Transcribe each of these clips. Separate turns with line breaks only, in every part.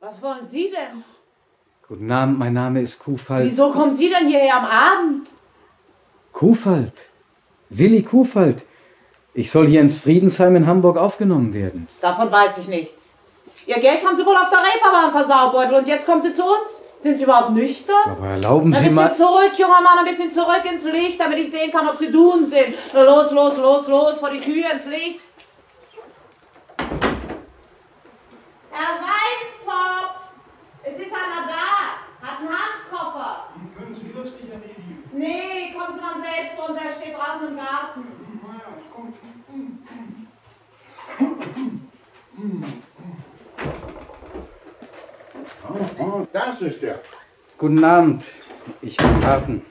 Was wollen Sie denn?
Guten Abend, mein Name ist Kufalt.
Wieso kommen Sie denn hierher am Abend?
Kufalt? Willi Kufalt? Ich soll hier ins Friedensheim in Hamburg aufgenommen werden.
Davon weiß ich nichts. Ihr Geld haben Sie wohl auf der Reeperbahn versaubeutet und jetzt kommen Sie zu uns? Sind Sie überhaupt nüchtern?
Aber erlauben
Ein
Sie
bisschen
mal.
zurück, junger Mann, ein bisschen zurück ins Licht, damit ich sehen kann, ob Sie Dun sind. Na los, los, los, los, vor die Tür ins Licht. Herr Seitenzopf, es ist einer da, hat einen Handkoffer.
Können Sie das nicht erledigen?
Nee, kommen Sie mal selbst runter, er steht draußen im Garten.
Naja, es kommt schon. Ah, ah, Das ist der.
Guten Abend. Ich habe Karten.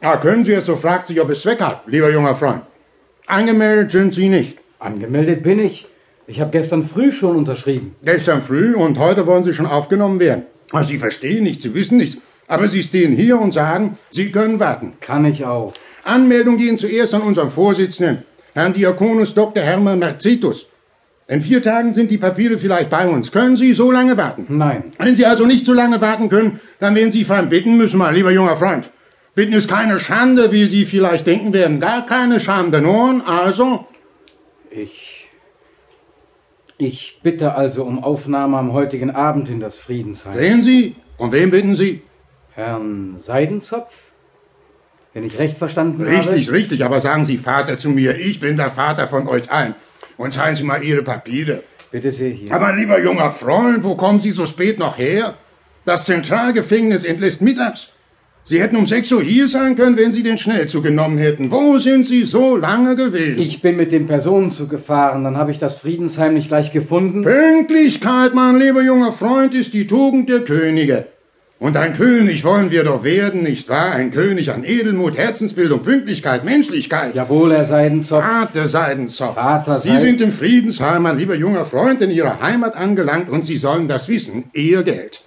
Ah, können Sie es so fragt sich, ob es Zweck hat, lieber junger Freund. Angemeldet sind Sie nicht.
Angemeldet bin ich. Ich habe gestern früh schon unterschrieben.
Gestern früh und heute wollen Sie schon aufgenommen werden. Ah, Sie verstehen nicht, Sie wissen nicht. Aber Sie stehen hier und sagen, Sie können warten.
Kann ich auch.
Anmeldung gehen zuerst an unseren Vorsitzenden, Herrn Diakonus Dr. Hermann Marzitus. In vier Tagen sind die Papiere vielleicht bei uns. Können Sie so lange warten?
Nein.
Wenn Sie also nicht so lange warten können, dann werden Sie fein bitten müssen, mein lieber junger Freund. Bitten ist keine Schande, wie Sie vielleicht denken werden. Gar keine Schande. Nun, also,
Ich. Ich bitte also um Aufnahme am heutigen Abend in das Friedensheim.
sehen Sie, um wen bitten Sie?
Herrn Seidenzopf? Wenn ich recht verstanden habe.
Richtig, richtig, aber sagen Sie Vater zu mir. Ich bin der Vater von euch allen. Und zeigen Sie mal Ihre Papiere.
Bitte sehr hier.
Aber lieber junger Freund, wo kommen Sie so spät noch her? Das Zentralgefängnis entlässt mittags. Sie hätten um 6 Uhr hier sein können, wenn Sie den Schnellzug genommen hätten. Wo sind Sie so lange gewesen?
Ich bin mit dem Personenzug gefahren, dann habe ich das Friedensheim nicht gleich gefunden.
Pünktlichkeit, mein lieber junger Freund, ist die Tugend der Könige. Und ein König wollen wir doch werden, nicht wahr? Ein König an Edelmut, Herzensbildung, Pünktlichkeit, Menschlichkeit.
Jawohl, Herr Seidenzopf.
Vater Seidenzopf,
Vater
Sie
Seiden-
sind im Friedensheim, mein lieber junger Freund, in Ihrer Heimat angelangt und Sie sollen das wissen, Ihr Geld.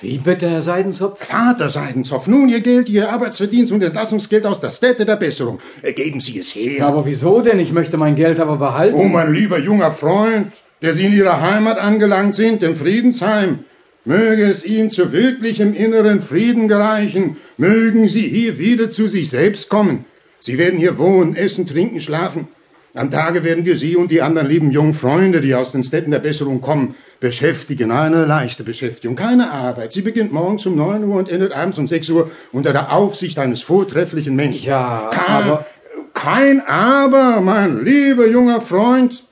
Wie bitte, Herr Seidenzopf?
Vater Seidenzopf, nun Ihr Geld, Ihr Arbeitsverdienst und Entlassungsgeld aus der Stätte der Besserung. Äh, Geben Sie es her.
Aber wieso denn? Ich möchte mein Geld aber behalten.
Oh, mein lieber junger Freund, der Sie in Ihrer Heimat angelangt sind, im Friedensheim, möge es Ihnen zu wirklichem inneren Frieden gereichen, mögen Sie hier wieder zu sich selbst kommen. Sie werden hier wohnen, essen, trinken, schlafen. Am Tage werden wir Sie und die anderen lieben jungen Freunde, die aus den Städten der Besserung kommen, beschäftigen. Eine leichte Beschäftigung, keine Arbeit. Sie beginnt morgens um 9 Uhr und endet abends um 6 Uhr unter der Aufsicht eines vortrefflichen Menschen.
Ja,
Kein-
aber-
Kein Aber, mein lieber junger Freund.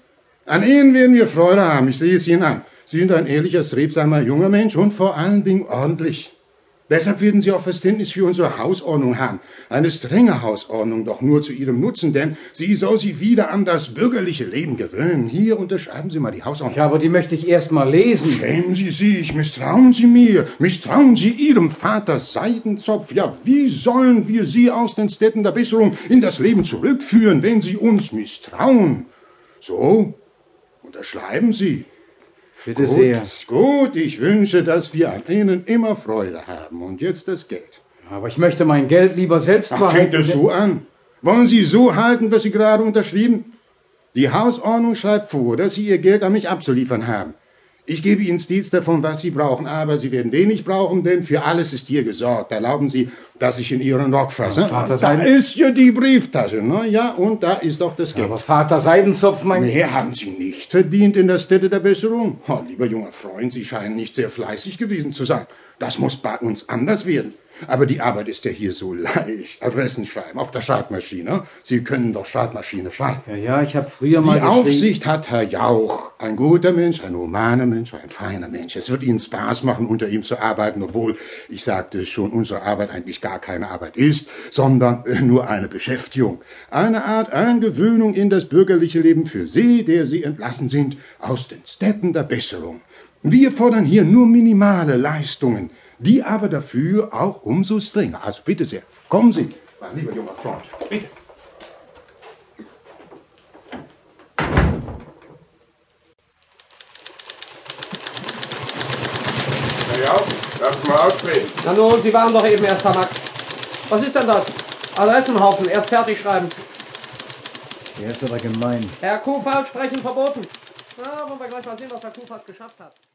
An Ihnen werden wir Freude haben, ich sehe es Ihnen an. Sie sind ein ehrlicher, strebsamer junger Mensch und vor allen Dingen ordentlich. Deshalb werden Sie auch Verständnis für unsere Hausordnung haben. Eine strenge Hausordnung, doch nur zu Ihrem Nutzen, denn sie soll Sie wieder an das bürgerliche Leben gewöhnen. Hier unterschreiben Sie mal die Hausordnung.
Ja, aber die möchte ich erst mal lesen.
Schämen Sie sich, misstrauen Sie mir, misstrauen Sie Ihrem Vater Seidenzopf. Ja, wie sollen wir Sie aus den Städten der Besserung in das Leben zurückführen, wenn Sie uns misstrauen? So, unterschreiben Sie.
Bitte sehr.
gut, ich wünsche, dass wir an Ihnen immer Freude haben. Und jetzt das Geld.
Aber ich möchte mein Geld lieber selbst
Ach, fängt
behalten.
es so an? Wollen Sie so halten, was Sie gerade unterschrieben? Die Hausordnung schreibt vor, dass Sie Ihr Geld an mich abzuliefern haben. Ich gebe Ihnen stets davon, was Sie brauchen, aber Sie werden wenig brauchen, denn für alles ist hier gesorgt. Erlauben Sie, dass ich in Ihren Rock fasse.
Vater,
da
sein-
ist ja die Brieftasche, na ja, und da ist doch das Geld.
aber Vater Seidenzopf, mein.
Mehr haben Sie nicht verdient in der Stätte der Besserung. Oh, lieber junger Freund, Sie scheinen nicht sehr fleißig gewesen zu sein. Das muss bei uns anders werden. Aber die Arbeit ist ja hier so leicht. Adressen schreiben auf der Schreibmaschine. Sie können doch Schreibmaschine schreiben.
Ja, ja, ich habe früher mal.
Die
geschrieben-
Aufsicht hat Herr Jauch. Ein guter Mensch, ein humaner Mensch, ein feiner Mensch. Es wird Ihnen Spaß machen, unter ihm zu arbeiten, obwohl, ich sagte es schon, unsere Arbeit eigentlich gar keine Arbeit ist, sondern äh, nur eine Beschäftigung. Eine Art Eingewöhnung in das bürgerliche Leben für Sie, der Sie entlassen sind, aus den Städten der Besserung. Wir fordern hier nur minimale Leistungen, die aber dafür auch umso strenger. Also bitte sehr, kommen Sie, mein lieber junger Freund, bitte.
Na ja, lass mal austreten.
Na nun, Sie waren doch eben erst am Akt. Was ist denn das? Also Essenhaufen, erst fertig schreiben.
Der ist aber gemein.
Herr Kuhfahrt, sprechen verboten. Na, wollen wir gleich mal sehen, was Herr Kuhfahrt geschafft hat.